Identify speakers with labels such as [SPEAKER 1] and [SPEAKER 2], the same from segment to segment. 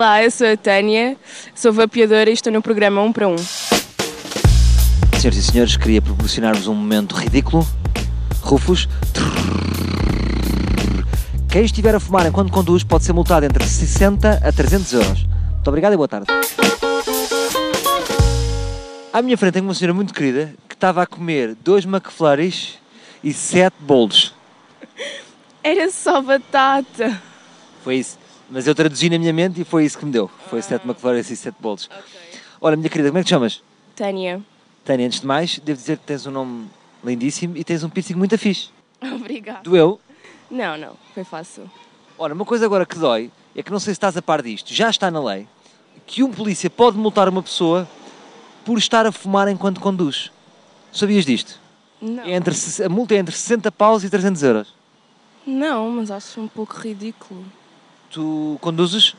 [SPEAKER 1] Olá, eu sou a Tânia, sou vapeadora e estou no programa 1 para 1.
[SPEAKER 2] Senhoras e senhores, queria proporcionar-vos um momento ridículo. Rufus. Quem estiver a fumar enquanto conduz pode ser multado entre 60 a 300 euros. Muito obrigado e boa tarde. À minha frente tem uma senhora muito querida que estava a comer dois McFlurries e sete bolos.
[SPEAKER 1] Era só batata.
[SPEAKER 2] Foi isso. Mas eu traduzi na minha mente e foi isso que me deu. Foi sete McFlurries e sete bolos. Ora, minha querida, como é que te chamas?
[SPEAKER 1] Tânia,
[SPEAKER 2] Tânia, antes de mais, devo dizer que tens um nome lindíssimo e tens um piercing muito fixe.
[SPEAKER 1] obrigada.
[SPEAKER 2] Doeu?
[SPEAKER 1] Não, não, foi fácil.
[SPEAKER 2] Ora, uma coisa agora que dói é que não sei se estás a par disto, já está na lei que um polícia pode multar uma pessoa por estar a fumar enquanto conduz. Sabias disto?
[SPEAKER 1] Não,
[SPEAKER 2] É entre, se- a multa é entre 60 paus e 300 euros.
[SPEAKER 1] não mas acho um pouco ridículo.
[SPEAKER 2] Tu conduzes?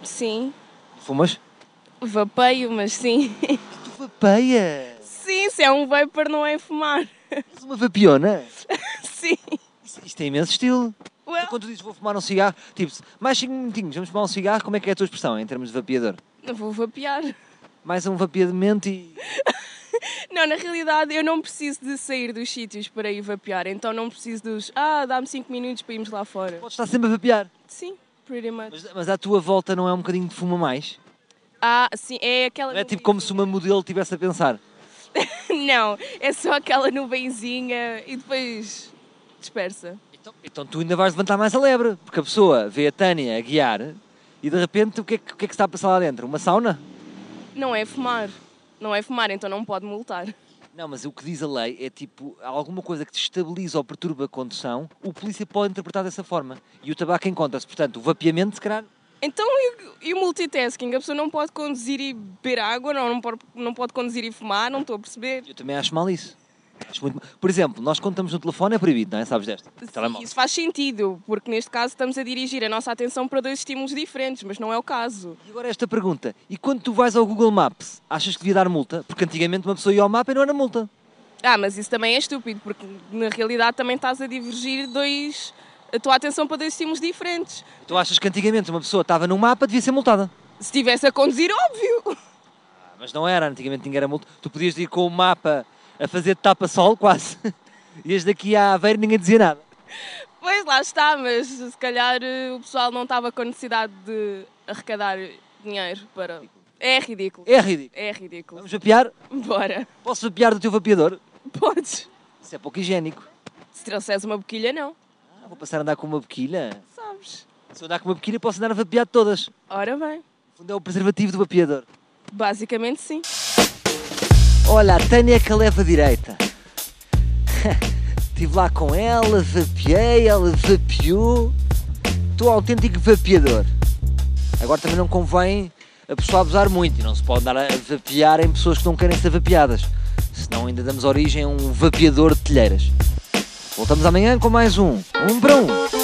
[SPEAKER 1] Sim,
[SPEAKER 2] Fumas?
[SPEAKER 1] vapeio, mas sim.
[SPEAKER 2] Tu vapeia!
[SPEAKER 1] Sim, se é um vapor não é fumar.
[SPEAKER 2] És uma vapiona!
[SPEAKER 1] Sim.
[SPEAKER 2] Isto, isto é imenso estilo.
[SPEAKER 1] Well,
[SPEAKER 2] Quando tu dizes vou fumar um cigarro, tipo, mais 5 minutinhos, vamos fumar um cigarro, como é que é a tua expressão em termos de vapeador?
[SPEAKER 1] não vou vapear.
[SPEAKER 2] Mais um vapeamento e...
[SPEAKER 1] Não, na realidade eu não preciso de sair dos sítios para ir vapear, então não preciso dos ah, dá-me 5 minutos para irmos lá fora.
[SPEAKER 2] Podes estar sempre a vapear.
[SPEAKER 1] Sim, pretty much.
[SPEAKER 2] Mas, mas à tua volta não é um bocadinho de fuma mais?
[SPEAKER 1] Ah, sim, é aquela.
[SPEAKER 2] Não é tipo como se uma modelo estivesse a pensar.
[SPEAKER 1] Não, é só aquela nuvenzinha e depois dispersa.
[SPEAKER 2] Então, então tu ainda vais levantar mais a lebre, porque a pessoa vê a Tânia a guiar e de repente o que é que, o que, é que está a passar lá dentro? Uma sauna?
[SPEAKER 1] Não é fumar. Não é fumar, então não pode multar.
[SPEAKER 2] Não, mas o que diz a lei é tipo alguma coisa que destabiliza ou perturba a condução, o polícia pode interpretar dessa forma. E o tabaco encontra-se. Portanto, o vapeamento, se calhar,
[SPEAKER 1] Então e, e o multitasking? A pessoa não pode conduzir e beber água, não, não, pode, não pode conduzir e fumar, não estou a perceber.
[SPEAKER 2] eu também acho mal isso. Acho muito... mal. Por exemplo, nós quando estamos no telefone é proibido, não é? Sabes desta? Telemóvel.
[SPEAKER 1] Isso faz sentido, porque neste caso estamos a dirigir a nossa atenção para dois estímulos diferentes, mas não é o caso.
[SPEAKER 2] E agora esta pergunta. E quando tu vais ao Google Maps, achas que devia dar multa? Porque antigamente uma pessoa ia ao mapa e não era multa.
[SPEAKER 1] Ah, mas isso também é estúpido, porque na realidade também estás a divergir dois. a tua atenção para dois estímulos diferentes.
[SPEAKER 2] Tu achas que antigamente uma pessoa estava no mapa devia ser multada?
[SPEAKER 1] Se estivesse a conduzir, óbvio!
[SPEAKER 2] Ah, Mas não era, antigamente ninguém era multa. Tu podias ir com o mapa a fazer tapa-sol, quase. Ias daqui a Aveiro e ninguém dizia nada.
[SPEAKER 1] Pois lá está, mas se calhar eh, o pessoal não estava com necessidade de arrecadar dinheiro para. É ridículo.
[SPEAKER 2] É ridículo.
[SPEAKER 1] É ridículo.
[SPEAKER 2] Vamos vapear?
[SPEAKER 1] Bora.
[SPEAKER 2] Posso vapear do teu vapeador?
[SPEAKER 1] Podes.
[SPEAKER 2] Isso é pouco higiênico.
[SPEAKER 1] Se trouxeres uma boquilha, não.
[SPEAKER 2] Ah, vou passar a andar com uma boquilha.
[SPEAKER 1] Sabes?
[SPEAKER 2] Se eu andar com uma boquilha, posso andar a vapear de todas. No
[SPEAKER 1] Ora bem.
[SPEAKER 2] fundo, é o preservativo do vapeador.
[SPEAKER 1] Basicamente, sim.
[SPEAKER 2] Olha, a Tânia que a leva direita. Estive lá com ela, vapeei, ela vapeou. Estou autêntico vapeador. Agora também não convém a pessoa abusar muito e não se pode andar a vapear em pessoas que não querem ser vapeadas. Senão ainda damos origem a um vapeador de telheiras. Voltamos amanhã com mais um. Um para um.